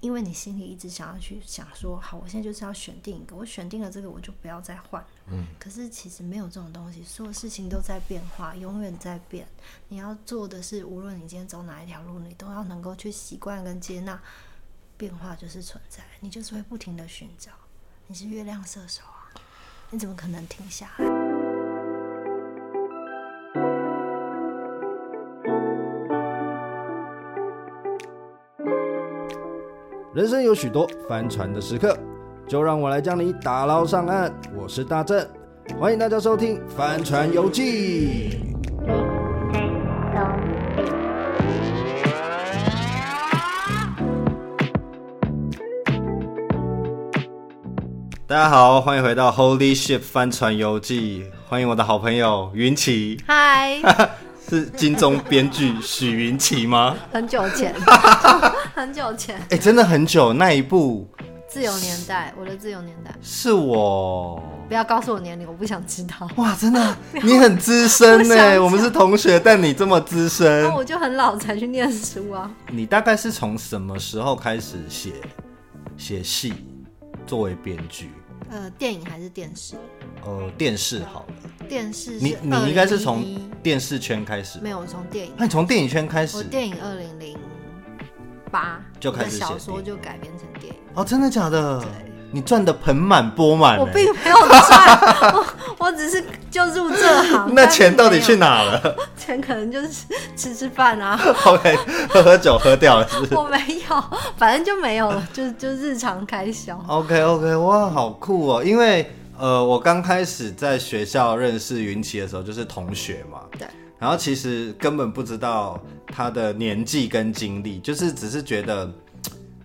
因为你心里一直想要去想说，好，我现在就是要选定一个，我选定了这个，我就不要再换了。嗯，可是其实没有这种东西，所有事情都在变化，永远在变。你要做的是，无论你今天走哪一条路，你都要能够去习惯跟接纳变化，就是存在，你就是会不停的寻找。你是月亮射手啊，你怎么可能停下来？人生有许多翻船的时刻，就让我来将你打捞上岸。我是大正，欢迎大家收听《帆船游记》。大家好，欢迎回到《Holy Ship 帆船游记》，欢迎我的好朋友云奇，嗨，是金钟编剧许云奇吗？很久 前，很久前，哎、真的很久，那一部自由年代，我的自由年代。是我不要告诉我年龄，我不想知道。哇，真的，你很资深我想呢。讲我们是同学，但你这么资深哦那，我就很老才去念书啊。你大概是从什么时候开始写写戏作为编剧？呃，电影还是电视？呃，电视好了，电视你你应该是从电视圈开始没，有，我从电影，那你从电影圈开我始？电影二零零八就开始写小说电就改编成电影。哦，真的假的？你赚的盆满钵满我欸，并没有赚， 我我只是就入这行。那但是钱到没底有去？哪了 钱可能就是吃吃饭啊， ？OK，喝喝酒喝掉了是不是我没有，反正就没有了，就就日常开销。 ？OK OK，哇，好酷哦！因为呃，我刚开始在学校认识云奇的时候，就是同学嘛，对，然后其实根本不知道他的年纪跟经历，就是只是觉得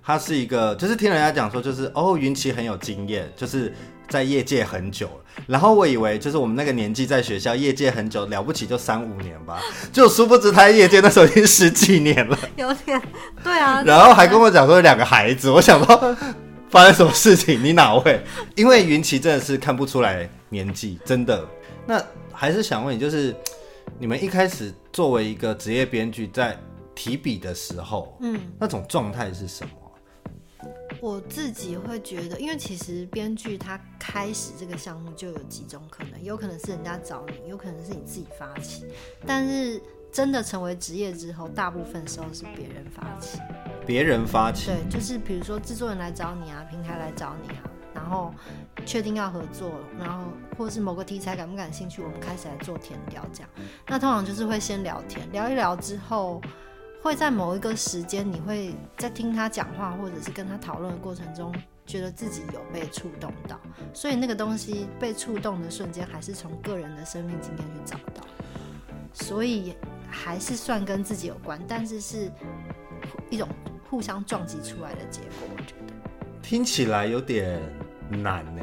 他是一个，就是听人家讲说，就是哦，云奇很有经验，就是在业界很久了。然后我以为就是我们那个年纪在学校业界很久，了不起就三五年吧，就殊不知他在业界那时候已经十几年了，有点对啊。然后还跟我讲说有两个孩子，我想说 发生什么事情？你哪位？因为云奇真的是看不出来年纪，真的。那还是想问你，就是你们一开始作为一个职业编剧，在提笔的时候，嗯。那种状态是什么？我自己会觉得，因为其实编剧他开始这个项目就有几种可能，有可能是人家找你，有可能是你自己发起，但是真的成为职业之后，大部分时候是别人发起。别人发起，对，就是比如说制作人来找你啊，平台来找你啊，然后确定要合作，然后或是某个题材感不感兴趣，我们开始来做填聊这样。那通常就是会先聊天，聊一聊之后，会在某一个时间，你会在听他讲话或者是跟他讨论的过程中。觉得自己有被触动到，所以那个东西被触动的瞬间，还是从个人的生命经验去找到，所以还是算跟自己有关，但是是一种互相撞击出来的结果，我觉得听起来有点难欸呢、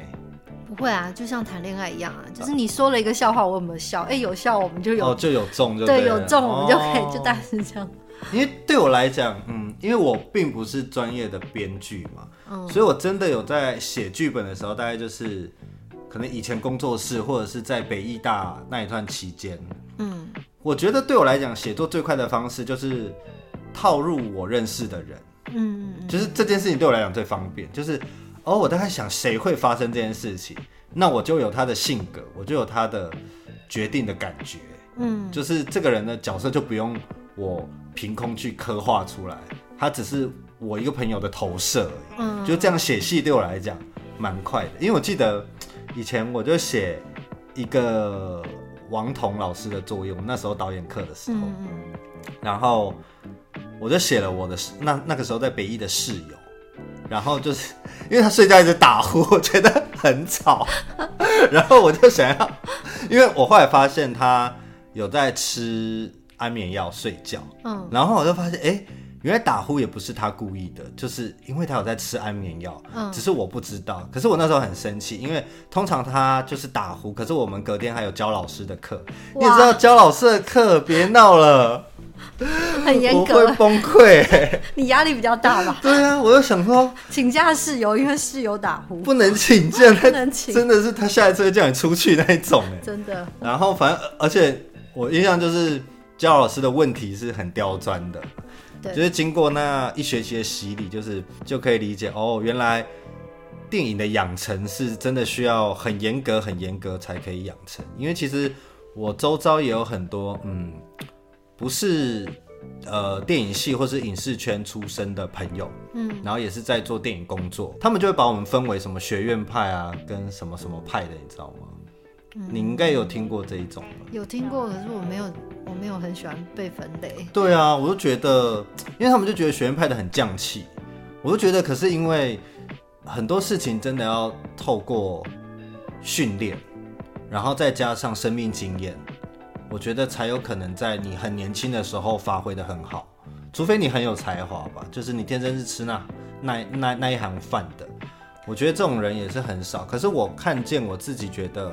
不会啊，就像谈恋爱一样啊，就是你说了一个笑话，我有没有笑？哎、有笑我们就有，哦，就有中就对，了有中我们就可以，哦就大概是这样。因为对我来讲，嗯，因为我并不是专业的编剧嘛，嗯所以我真的有在写剧本的时候，大概就是可能以前工作室或者是在北艺大那一段期间，嗯，我觉得对我来讲，写作最快的方式就是套入我认识的人，嗯嗯就是这件事情对我来讲最方便，就是哦，我大概想谁会发生这件事情，那我就有他的性格，我就有他的决定的感觉，嗯，就是这个人的角色就不用我凭空去刻画出来，他只是我一个朋友的投射而已。嗯就这样写戏对我来讲蛮快的，因为我记得以前我就写一个王彤老师的作业，我们那时候导演课的时候，嗯嗯然后我就写了我的室那那个时候在北艺的室友，然后就是因为他睡觉一直打呼，我觉得很吵， 然后我就想要，因为我后来发现他有在吃安眠药睡觉，嗯然后我就发现哎。诶原来打呼也不是他故意的，就是因为他有在吃安眠药，嗯只是我不知道。可是我那时候很生气，因为通常他就是打呼，可是我们隔天还有教老师的课，你也哇知道教老师的课，别闹了。嗯， 很严我会格，崩溃、 欸。你压力比较大吧？ 对啊，我就想说请假室友，因为室友打呼，不能请假，不能请真的是他下一次会叫你出去那一种哎、真的，然后反正而且我印象就是教老师的问题是很刁钻的，对就是经过那一学期的洗礼，就是就可以理解哦，原来电影的养成是真的需要很严格、很严格才可以养成。因为其实我周遭也有很多，嗯，不是呃电影系或是影视圈出身的朋友，嗯，然后也是在做电影工作，他们就会把我们分为什么学院派啊，跟什么什么派的，你知道吗？嗯你应该有听过这一种吧？有听过，可是我没有，我没有很喜欢被分类。对啊，我就觉得，因为他们就觉得学院派的很降气，我就觉得，可是因为很多事情真的要透过训练，然后再加上生命经验，我觉得才有可能在你很年轻的时候发挥的很好，除非你很有才华吧，就是你天生是吃那那那那一行饭的。我觉得这种人也是很少，可是我看见我自己觉得，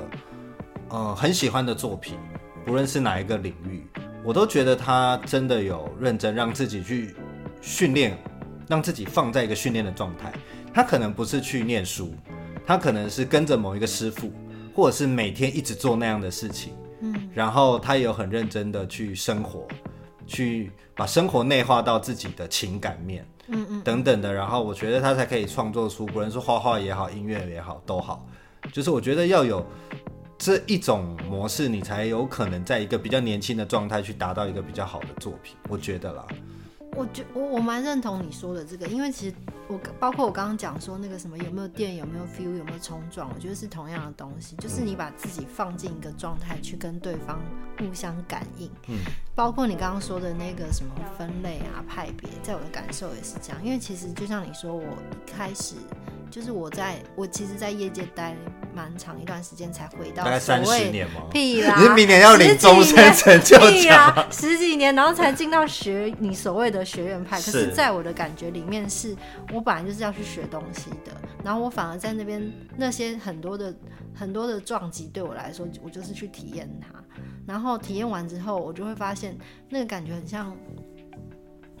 嗯，很喜欢的作品，不论是哪一个领域，我都觉得他真的有认真让自己去训练，让自己放在一个训练的状态。他可能不是去念书，他可能是跟着某一个师傅，或者是每天一直做那样的事情。嗯，然后他也有很认真的去生活，去把生活内化到自己的情感面，嗯嗯，等等的。然后我觉得他才可以创作出，不论是画画也好，音乐也好，都好。就是我觉得要有这一种模式，你才有可能在一个比较年轻的状态去达到一个比较好的作品，我觉得啦。我觉我我蛮认同你说的这个，因为其实我包括我刚刚讲说那个什么有没有电，有没有 feel，有没有冲撞，我觉得是同样的东西，就是你把自己放进一个状态去跟对方互相感应。嗯，包括你刚刚说的那个什么分类啊、派别，在我的感受也是这样。因为其实就像你说，我一开始就是我在我其实，在业界待蛮长一段时间才回到大概所三十谓年吗？屁啦！ 你是明年要领终 身成就奖吗十几年屁啦十几年，然后才进到学你所谓的学院派。可是是，在我的感觉里面是，我本来就是要去学东西的，然后我反而在那边那些很多的很多的撞击，对我来说，我就是去体验它。然后体验完之后，我就会发现那个感觉很像，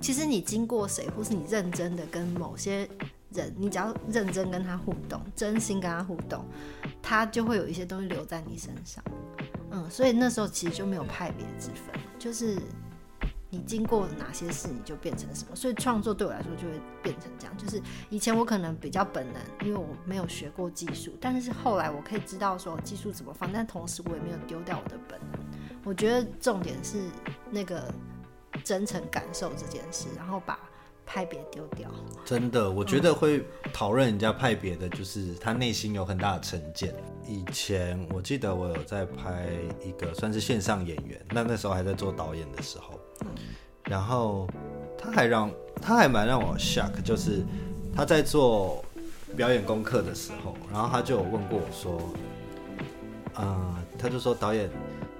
其实你经过谁，或是你认真的跟某些人，你只要认真跟他互动，真心跟他互动，他就会有一些东西留在你身上。嗯，所以那时候其实就没有派别之分，就是你经过哪些事，你就变成什么。所以创作对我来说就会变成这样，就是以前我可能比较本能，因为我没有学过技术，但是后来我可以知道说技术怎么放，但同时我也没有丢掉我的本能。我觉得重点是那个真诚感受这件事，然后把派别丢掉。真的，我觉得会讨论人家派别的，就是他内心有很大的成见。以前我记得我有在拍一个算是线上演员，那那时候还在做导演的时候，然后他还让他还蛮让我 shock，就是他在做表演功课的时候，然后他就有问过我说，呃，他就说导演，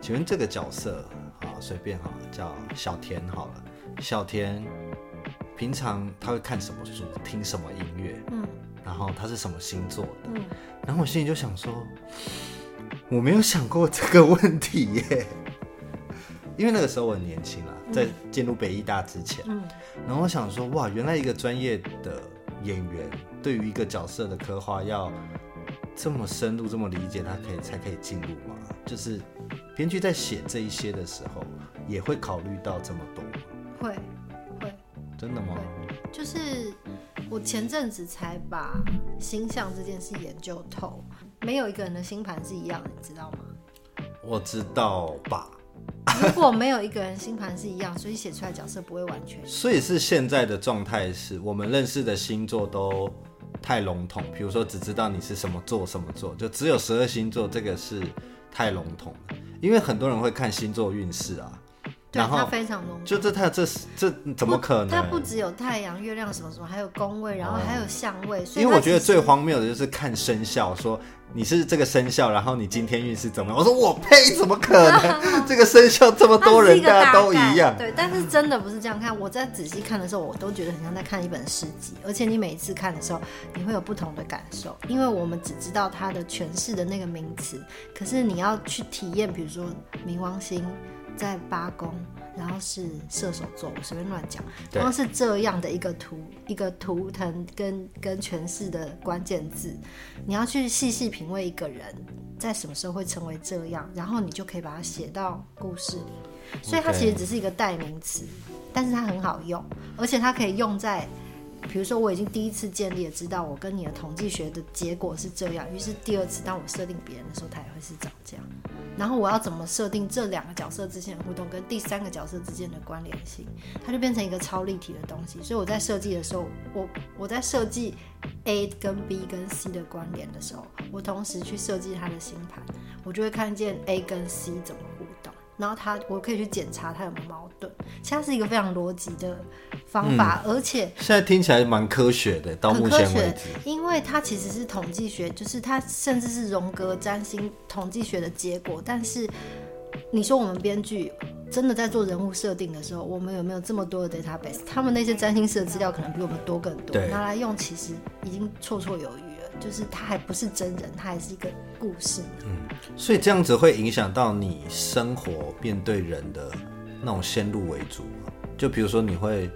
请问这个角色啊，随便哈，叫小田好了，小田平常他会看什么书，听什么音乐，嗯然后他是什么星座的，嗯，然后我心里就想说，我没有想过这个问题耶， 因为那个时候我很年轻啦，在进入北医大之前，嗯然后我想说，哇，原来一个专业的演员对于一个角色的刻画要这么深入、这么理解，他可以才可以进入吗？就是编剧在写这一些的时候，也会考虑到这么多吗，会会。真的吗？就是我前阵子才把星象这件事研究透，没有一个人的星盘是一样的，你知道吗？我知道吧，如果没有一个人星盘是一样，所以写出来角色不会完 全一样。所以是现在的状态是我们认识的星座都太笼统，比如说只知道你是什么座什么座，就只有十二星座，这个是太笼统了，因为很多人会看星座运势啊，对，然它后非常浓。就这太这这怎么可能？它不只有太阳、月亮什么什么，还有宫位，然后还有相位。所以因为它我觉得其实最荒谬的就是看生肖，说你是这个生肖，然后你今天运势怎么样？我说我呸，怎么可 能？ 这个生肖这么多人，它是大个概家都一样。对，但是真的不是这样看。我在仔细看的时候，我都觉得很像在看一本诗集，而且你每一次看的时候，你会有不同的感受，因为我们只知道它的诠释的那个名词，可是你要去体验，比如说冥王星在八宫。然后是射手座，我随便乱讲，对光是这样的一个图、一个图腾跟跟诠释的关键字，你要去细细品味一个人在什么时候会成为这样，然后你就可以把它写到故事里。所以它 OK 其实只是一个代名词。但是它很好用，而且它可以用在，比如说我已经第一次建立了知道我跟你的统计学的结果是这样，于是第二次当我设定别人的时候，它也会是长这样。然后我要怎么设定这两个角色之间的互动跟第三个角色之间的关联性，它就变成一个超立体的东西。所以我在设计的时候，我我在设计 A 跟 B 跟 C 的关联的时候，我同时去设计它的星盘，我就会看见 A 跟 C 怎么互动，然后它我可以去检查它有没有矛盾。其实它是一个非常逻辑的方法，而且现在听起来蛮科学的，到目很科前为学止，，因为它其实是统计学，就是它甚至是荣格占星统计学的结果。但是你说我们编剧真的在做人物设定的时候，我们有没有这么多的 database？他们那些占星师的资料可能比我们多更多对，拿来用其实已经绰绰有余了。就是它还不是真人，它还是一个故事。所以这样子会影响到你生活面对人的那种先入为主吗就比如说你会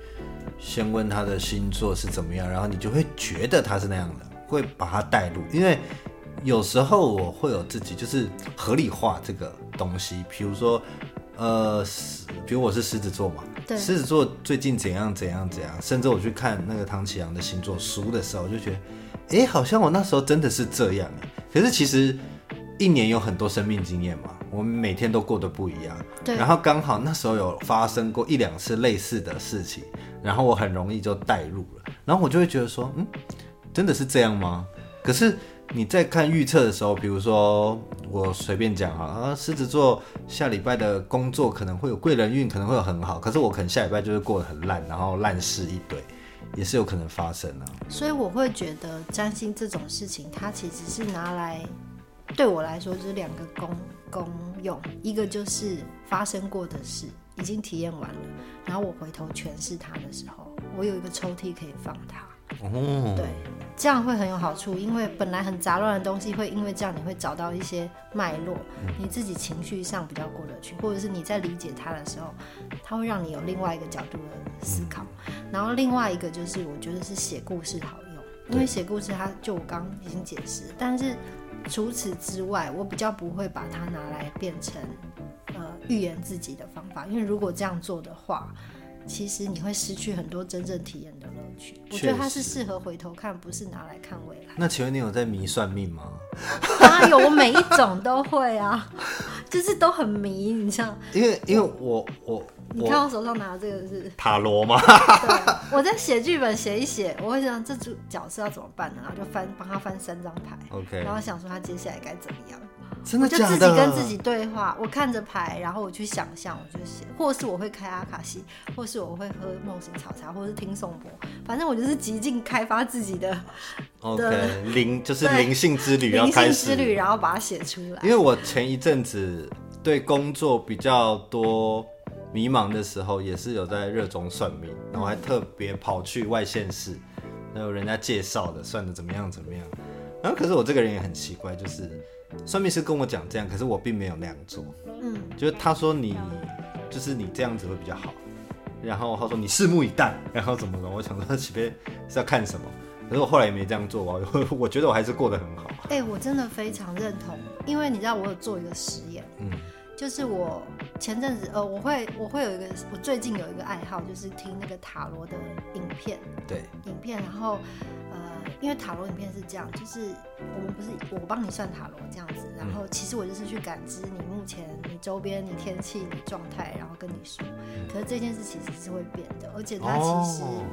先问他的星座是怎么样，然后你就会觉得他是那样的，会把他带入。因为有时候我会有自己就是合理化这个东西，比如说呃，狮比如我是狮子座嘛，对狮子座最近怎样怎样怎样，甚至我去看那个唐启阳的星座书的时候，我就觉得，诶，好像我那时候真的是这样诶。可是其实一年有很多生命经验嘛，我们每天都过得不一样。对然后刚好那时候有发生过一两次类似的事情，然后我很容易就带入了，然后我就会觉得说，嗯，真的是这样吗？可是你在看预测的时候，比如说我随便讲哈，啊，狮子座下礼拜的工作可能会有贵人运，可能会有很好，可是我可能下礼拜就是过得很烂，然后烂事一堆，也是有可能发生啊。所以我会觉得占星这种事情，它其实是拿来对我来说就是两个功功用，一个就是发生过的事已经体验完了，然后我回头诠释它的时候，我有一个抽屉可以放它。哦，对，这样会很有好处，因为本来很杂乱的东西，会因为这样你会找到一些脉络，嗯你自己情绪上比较过得去，或者是你在理解它的时候，它会让你有另外一个角度的思考。嗯然后另外一个就是，我觉得是写故事好用，因为写故事它就我刚刚已经解释，但是除此之外，我比较不会把它拿来变成呃预言自己的方法，因为如果这样做的话，其实你会失去很多真正体验的乐趣。我觉确得它是实适合回头看，不是拿来看未来。那请问你有在迷算命吗？ 哪有我每一种都会啊，就是都很迷。你像因为因为我我你看我我手上拿的这个 是，塔罗吗？对，我在写剧本写一写，我会想这主角色要怎么办呢？然后就翻帮他翻三张牌。 OK，然后想说他接下来该怎么样，真我的就假自的？己跟自己对话，我看着牌，然后我去想象，我就写，或是我会开阿卡西，或是我会喝梦醒草茶，或是听颂钵，反正我就是极尽开发自己的 OK 的灵就是对灵性之旅要灵开性之始旅，然后把它写出来因。为我前一阵子对工作比较多迷茫的时候，也是有在热衷算命，然后还特别跑去外县市，然后人家介绍的算的怎么样怎么样。然后可是我这个人也很奇怪，就是算命师跟我讲这样，可是我并没有那样做。嗯，就是他说你就是你这样子会比较好，然后他说你拭目以待，然后怎么了？我想说起边是要看什么，可是我后来也没这样做啊，我 我觉得我还是过得很好。哎、我真的非常认同，因为你知道我有做一个实验，嗯，就是我前阵子呃，我会我会有一个，我最近有一个爱好，就是听那个塔罗的影片，对，影片，然后呃，因为塔罗影片是这样，就是我们不是我帮你算塔罗这样子，然后其实我就是去感知你目前你周边、你天气、你状态，然后跟你说。可是这件事其实是会变的，而且它其实哦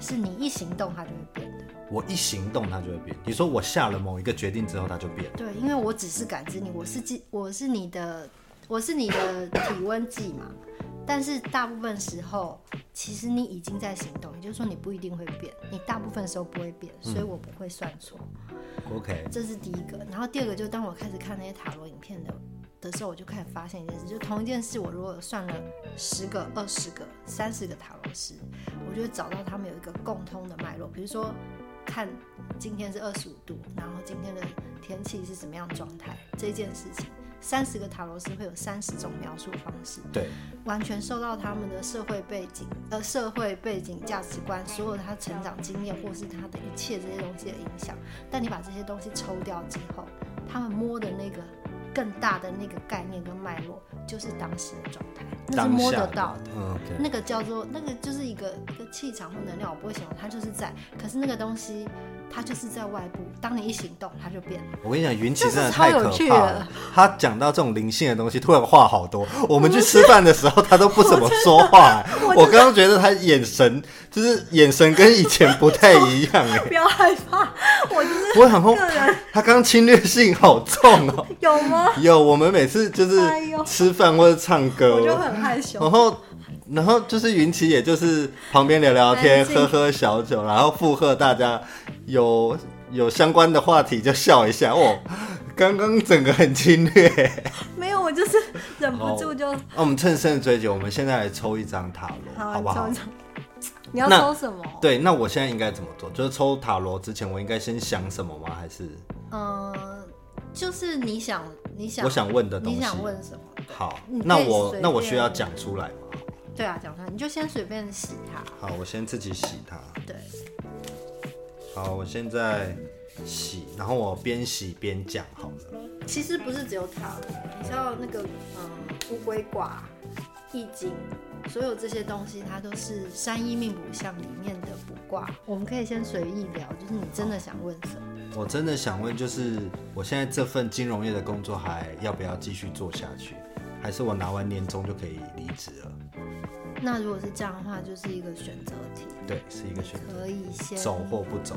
是你一行动它就会变的。我一行动它就会变。你说我下了某一个决定之后，它就变。对，因为我只是感知你，我是记，我是你的，我是你的体温计嘛。但是大部分时候，其实你已经在行动，也就是说你不一定会变，你大部分时候不会变，所以我不会算错。 OK，这是第一个。然后第二个，就当我开始看那些塔罗影片的的时候，我就开始发现一件事，就同一件事，我如果算了十个、二十个、三十个塔罗师，我就会找到他们有一个共通的脉络。比如说，看今天是二十五度，然后今天的天气是什么样的状态，这件事情。三十个塔罗师会有三十种描述方式，对，完全受到他们的社会背景、呃社会背景、价值观，所有他成长经验或是他的一切这些东西的影响。但你把这些东西抽掉之后，他们摸的那个更大的那个概念跟脉络，就是当时的状态，那是当摸下得到的。嗯，OK，那个叫做那个就是一个一个气场或能量，我不会形容，它就是在。可是那个东西，它就是在外部，当你一行动，它就变了。我跟你讲，云奇这真的是太超可有趣怕了的。他讲到这种灵性的东西，突然话好多。我们去吃饭的时候，他都不怎么说话、我刚刚觉得他眼神就是眼神跟以前不太一样哎、不要害怕，我就是我想说个人，他刚刚侵略性好重哦、有吗？有，我们每次就是哎呦吃饭或者唱歌，我就很害羞 然。后，然后就是云奇，也就是旁边聊聊天，安静喝喝小酒，然后附和大家有有相关的话题就笑一下。哦，刚刚整个很侵略。没有，我就是忍不住就那、我们趁胜追击，我们现在来抽一张塔罗，好，好你不好抽一？张。 你要那抽什么？对，那我现在应该怎么做？就是抽塔罗之前，我应该先想什么吗？还是嗯、就是你想你想我想问的东西？你想问什么？好，你可以那我随那我便需要讲出来吗？对啊，讲出来，你就先随便洗它。好，我先自己洗它。对，好，我现在洗，然后我边洗边讲好了。其实不是只有塔罗，你知道那个嗯乌龟卦、易经，所有这些东西它都是三一命卜相里面的卜卦。我们可以先随意聊，就是你真的想问什么？我真的想问，就是我现在这份金融业的工作还要不要继续做下去，还是我拿完年终就可以离职了？那如果是这样的话，就是一个选择题，对，是一个选择，可以先走或不走，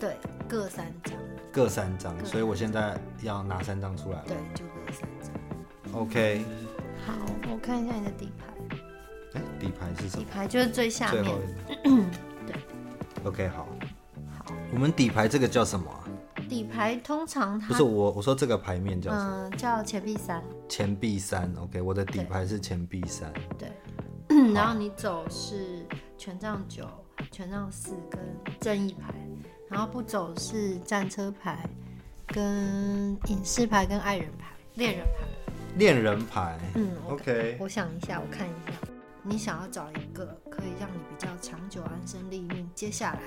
对各三张，各三张，各所以我现在要拿三张出来了。对就各三张。 OK，好，我看一下你的底牌，哎，底牌是什底么？牌就是最下最面后的。一 张。OK，好。好，我们底牌这个叫什么啊、底牌通常它不是我，我说这个牌面叫什嗯么？叫钱币三，钱币三。OK，我的底对牌是钱币三。对， 然后你走是权杖九、权杖四跟正义牌，然后不走是战车牌、跟隐士牌、跟爱人牌、恋人牌。恋人牌。嗯我 OK，我想一下，我看一下，你想要找一个可以让你比较长久安身立命，接下来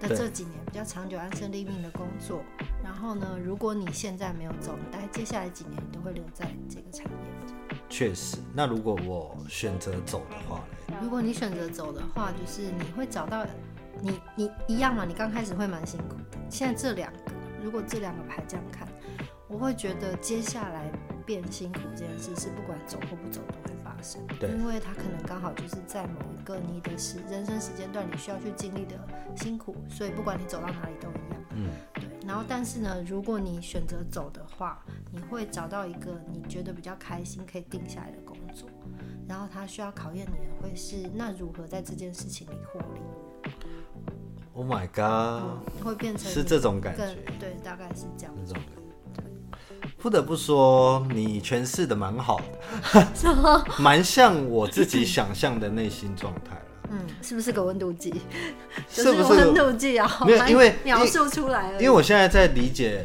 的对这几年比较长久安身立命的工作。然后呢，如果你现在没有走，你大概接下来几年你都会留在这个产业。确实。那如果我选择走的话呢？如果你选择走的话，就是你会找到你你一样嘛，你刚开始会蛮辛苦的。现在这两个，如果这两个牌这样看，我会觉得接下来变辛苦这件事是不管走或不走都会发生，对因为它可能刚好就是在某一个你的时人生时间段你需要去经历的辛苦，所以不管你走到哪里都一样。嗯，对，然后但是呢，如果你选择走的话，你会找到一个你觉得比较开心、可以定下来的工作，然后他需要考验你的会是那如何在这件事情里获利， Oh my god，、嗯，会变成是你这种感更觉，对，大概是这样。这种感觉。不得不说，你诠释的蛮好的，蛮像我自己想象的内心状态了。嗯，是不是个温度计？就是不是温度计啊？没有因为描述出来而已，因为我现在在理解，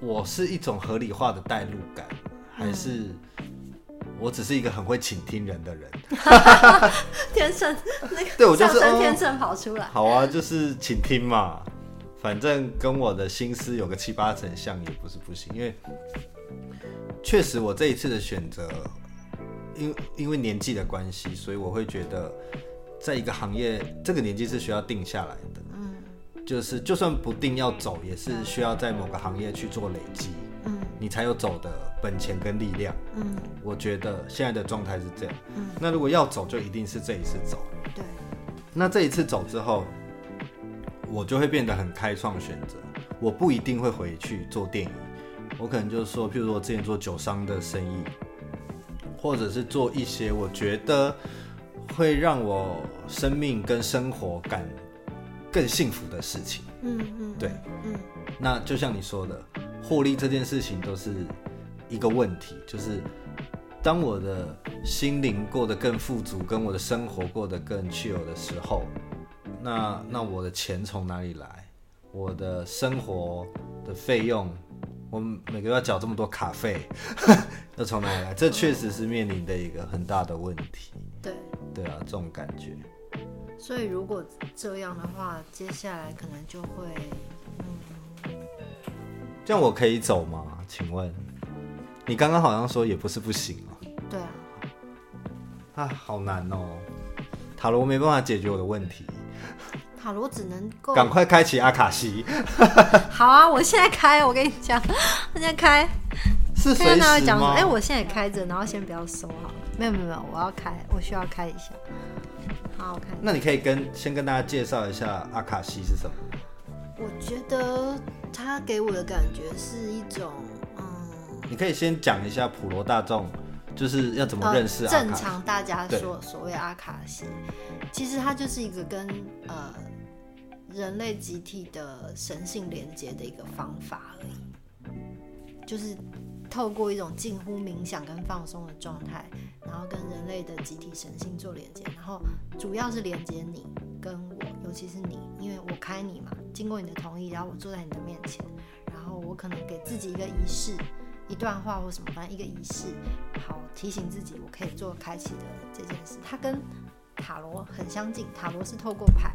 我是一种合理化的代入感，还是嗯我只是一个很会倾听人的人？天生那个对我就是上升哦天秤跑出来。好啊，就是请听嘛，反正跟我的心思有个七八成像也不是不行，因为确实我这一次的选择，因因为年纪的关系，所以我会觉得，在一个行业这个年纪是需要定下来的，嗯就是就算不定要走，也是需要在某个行业去做累积，嗯你才有走的本钱跟力量。嗯，我觉得现在的状态是这样，嗯那如果要走，就一定是这一次走。对，那这一次走之后，我就会变得很开创选择，我不一定会回去做电影，我可能就是说，譬如说我之前做酒商的生意，或者是做一些我觉得会让我生命跟生活感更幸福的事情。嗯嗯，对，嗯那就像你说的，获利这件事情都是一个问题，就是当我的心灵过得更富足，跟我的生活过得更 chill 的时候，那那我的钱从哪里来？我的生活的费用，我每个月要缴这么多卡费， 要从哪里来？这确实是面临的一个很大的问题。对。对啊，这种感觉。所以如果这样的话，接下来可能就会，嗯，这样我可以走吗？请问你刚刚好像说也不是不行哦、对啊，啊，好难哦、塔罗没办法解决我的问题，塔罗只能够赶快开启阿卡西，好啊！我现在开，我跟你讲，我现在开，是看看随他会时讲什么吗？哎、我现在也开着，然后先不要收好了。没有没有没有，我要开，我需要开一下。好，我看一下。那你可以跟先跟大家介绍一下阿卡西是什么？我觉得他给我的感觉是一种，嗯，你可以先讲一下普罗大众就是要怎么呃认识阿卡西。正常大家对说所谓阿卡西，其实它就是一个跟呃人类集体的神性连接的一个方法而已，就是透过一种近乎冥想跟放松的状态，然后跟人类的集体神性做连接，然后主要是连接你跟我，尤其是你，因为我开你嘛，经过你的同意，然后我坐在你的面前，然后我可能给自己一个仪式。一段话或什么，反正一个仪式，好提醒自己我可以做开启的这件事。它跟塔罗很相近，塔罗是透过牌，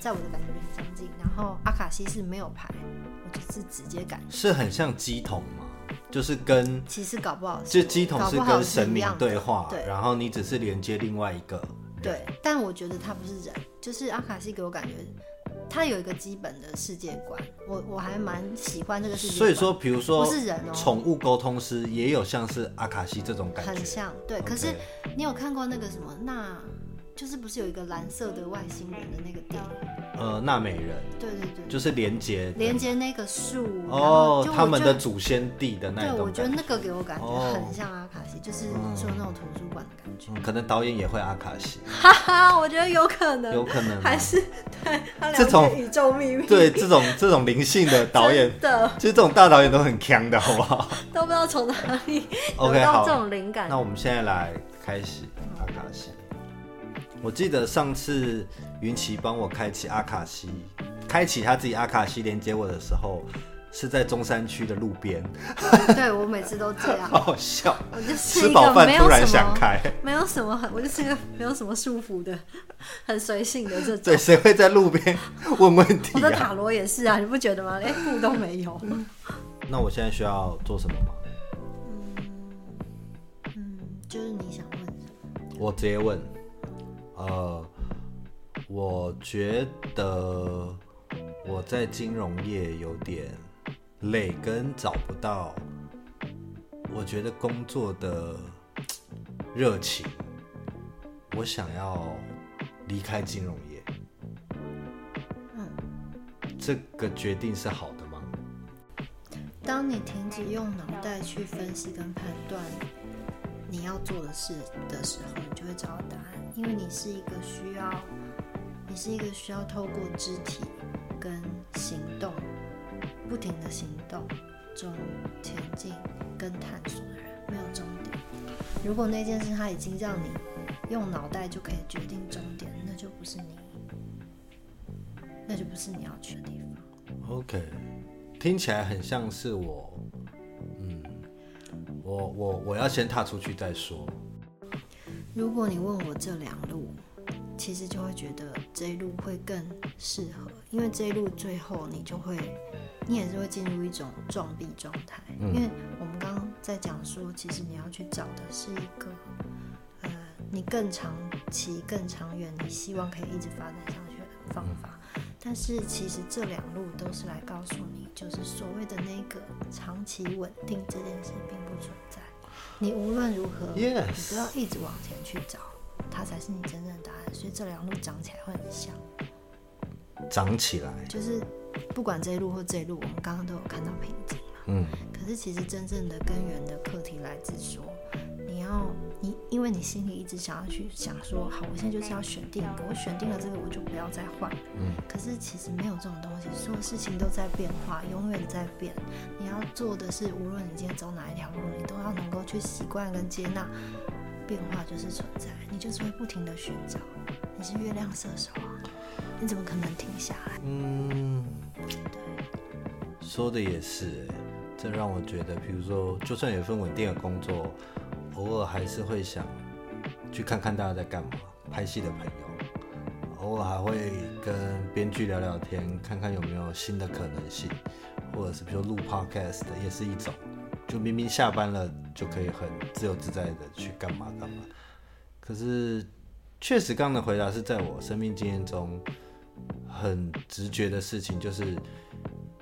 在我的感觉里很相近。然后阿卡西是没有牌，我就是直接感觉。是很像鸡桶吗？就是跟其实搞不好就是鸡桶搞是不好跟神一明样的对话，对然后你只是连接另外一个人对，但我觉得他不是人，就是阿卡西给我感觉，他有一个基本的世界观，我我还蛮喜欢这个世界观。所以说，比如说不是人哦宠物沟通师也有像是阿卡西这种感很觉。像，对。 OK 可是你有看过那个什么？那就是不是有一个蓝色的外星人的那个电影？呃，纳美人对对对，就是连接的连接那个树，然后哦就，他我们觉的得，祖先地的那对一我种觉得感觉。那个给我感觉哦很像阿卡西，就是说那种图书馆的 感觉。嗯可能导演也会阿卡西，哈哈，啊我觉得有可能，有可能、还啊。是对他这聊种宇宙秘密， 对这种这种灵性的导演，真的其实这种大导演都很强的，好不好都不知道从哪里。 ？OK，好。灵感那我们现在来开始阿卡西。我记得上次云奇帮我开启阿卡西，开启他自己阿卡西连接我的时候，是在中山区的路边，对我每次都这样，好好笑。我就是吃哦一饱个饭没突有然什想么，开， 没有什么很，我就是一个没有什么束缚的， 很随性的这对，种。谁会在路边 问问我题的啊？塔罗也是啊，你不觉得吗？连布都没有。那我现在需要做什么吗？嗯，就是你想问什么？我直接问，呃，我觉得我在金融业有点累，跟找不到我觉得工作的热情，我想要离开金融业。这个决定是好的吗？当你停止用脑袋去分析跟判断你要做的事的时候，你就会找到答案，因为你是一个需要，你是一个需要透过肢体跟行动，不停的行动中前进跟探索的人，没有终点。如果那件事它已经让你用脑袋就可以决定终点，那就不是你，那就不是你要去的地方。 OK，听起来很像是我，嗯，我我我要先踏出去再说。如果你问我这两路，其实就会觉得这一路会更适合，因为这一路最后你就会，你也是会进入一种撞壁状态。因为我们刚刚在讲说，其实你要去找的是一个，呃，你更长期、更长远，你希望可以一直发展下去的方法。但是其实这两路都是来告诉你，就是所谓的那个长期稳定这件事并不存在。你无论如何 Yes 你不要一直往前去找，它才是你真正的答案。所以这两路长起来会很像，长起来。就是不管这一路或这一路，我们刚刚都有看到瓶颈嘛。嗯，可是其实真正的根源的课题来自说，你要你，因为你心里一直想要去想说，好，我现在就是要选定一个，我选定了这个，我就不要再换。嗯。可是其实没有这种东西，所有事情都在变化，永远在变。你要做的是，无论你今天走哪一条路，你都要能够去习惯跟接纳变化就是存在，你就是会不停的寻找。你是月亮射手啊，你怎么可能停下来？嗯，说的也是欸，这让我觉得，比如说，就算有一份稳定的工作，偶尔还是会想去看看大家在干嘛，拍戏的朋友，偶尔还会跟编剧聊聊天，看看有没有新的可能性，或者是比如录 podcast 也是一种，就明明下班了就可以很自由自在的去干嘛干嘛。可是确实，刚刚的回答是在我生命经验中很直觉的事情，就是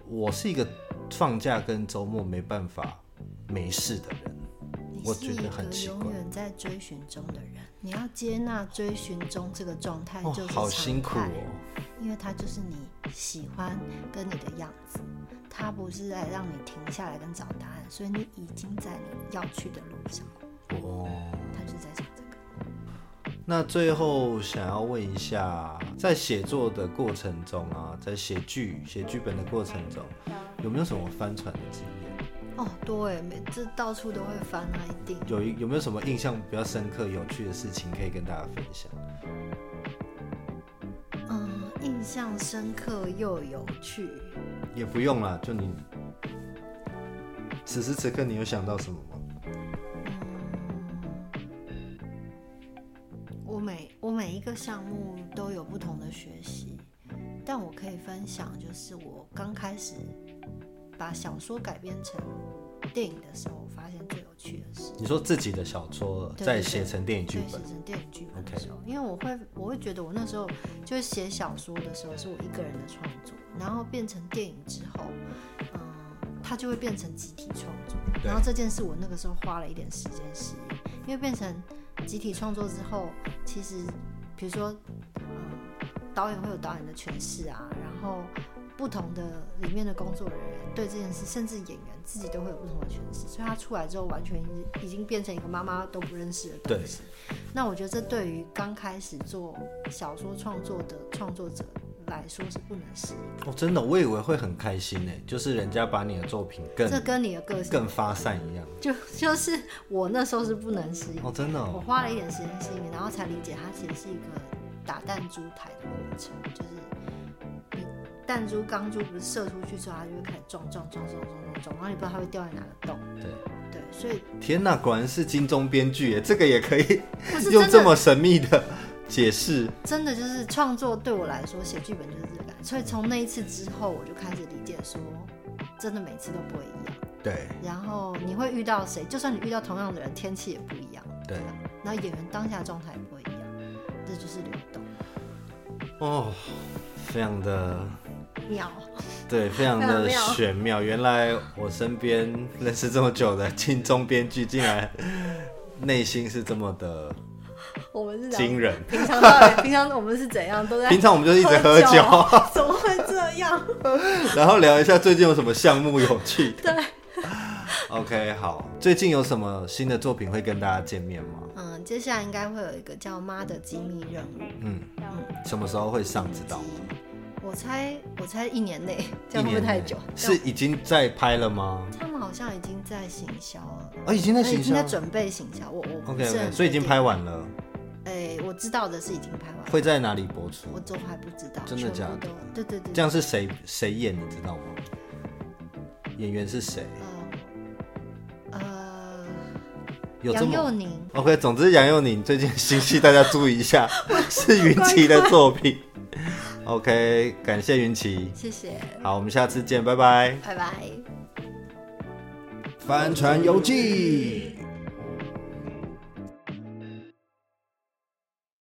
我是一个放假跟周末没办法没事的人。你我是觉一得个很奇怪永远在追寻中的人，你要接纳追寻中这个状态哦哎就是、，好辛苦哦。因为它就是你喜欢跟你的样子，它不是在让你停下来跟找答案，所以你已经在你要去的路上，哦，它就是在讲这个。那最后想要问一下，在写作的过程中啊，在写剧、写剧本的过程中，有没有什么翻船的经验？哦，对，每这到处都会翻啊，一定。有一有没有什么印象比较深刻、有趣的事情可以跟大家分享？嗯，印象深刻又有趣。也不用啦，就你此时此刻你有想到什么吗？我每我每一个项目都有不同的学习，但我可以分享，就是我刚开始把小说改编成电影的时候，我发现最有趣的事。你说自己的小说对再写成电影剧对，写本，成电影剧本的时候因为我会，我会觉得我那时候就是写小说的时候是我一个人的创作，然后变成电影之后，嗯，它就会变成集体创作。对然后这件事我那个时候花了一点时间适应，因为变成集体创作之后，其实比如说，嗯，导演会有导演的诠释啊，然后不同的里面的工作人员对这件事，甚至演员自己都会有不同的诠释，所以他出来之后完全已经变成一个妈妈都不认识的东西。那我觉得这对于刚开始做小说创作的创作者来说是不能适应，哦，真的，我以为会很开心呢，就是人家把你的作品更这跟你的个性更发散一样。就就是我那时候是不能适应。哦，真的、我哦，花了一点时间适应，然后才理解它其实是一个打弹珠台的过程，就是你弹珠、钢珠不是射出去之后，它就会开始撞撞撞撞撞撞撞，然后你不知道它会掉在哪个洞。对，对，所 以天哪，果然是金钟编剧耶，这个也可以不是用真这的，么神秘的解释。真的就是创作对我来说，写剧本就是这个感觉。所以从那一次之后，我就开始理解说，真的每次都不会一样。对然后你会遇到谁，就算你遇到同样的人，天气也不一样，对，然后演员当下的状态也不会一样，这就是流 动哦，非常的妙。对，非常非的常妙玄妙。原来我身边认识这么久的金钟编剧，竟然内心是这么的我们是怎样惊人。平常到底平常我们是怎样啊都在平常我们就一直喝酒，怎么会这样？然后聊一下最近有什么项目有趣的。OK，好，最近有什么新的作品会跟大家见面吗？嗯，接下来应该会有一个叫“妈的机密任务嗯，什么时候会上？知”，道吗？我猜我猜一年内，这样会一不会年太内久？是已经在拍了吗？他们好像已经在行销了，哦，已经在已行经销在了。准备行销。我我不 OK 是 OK，很所以已经确定拍。完了，哎，我知道的是已经拍完了，会在哪里播出我？都还不知道，真的全假部的都对对对，这样是谁谁演你知道吗？演员是谁？呃呃，有这杨佑么宁 OK？总之，杨佑宁最近新戏大家注意一 下，是云奇的作品。OK，感谢云奇，谢谢，好，我们下次见，拜拜。拜拜。帆船游记。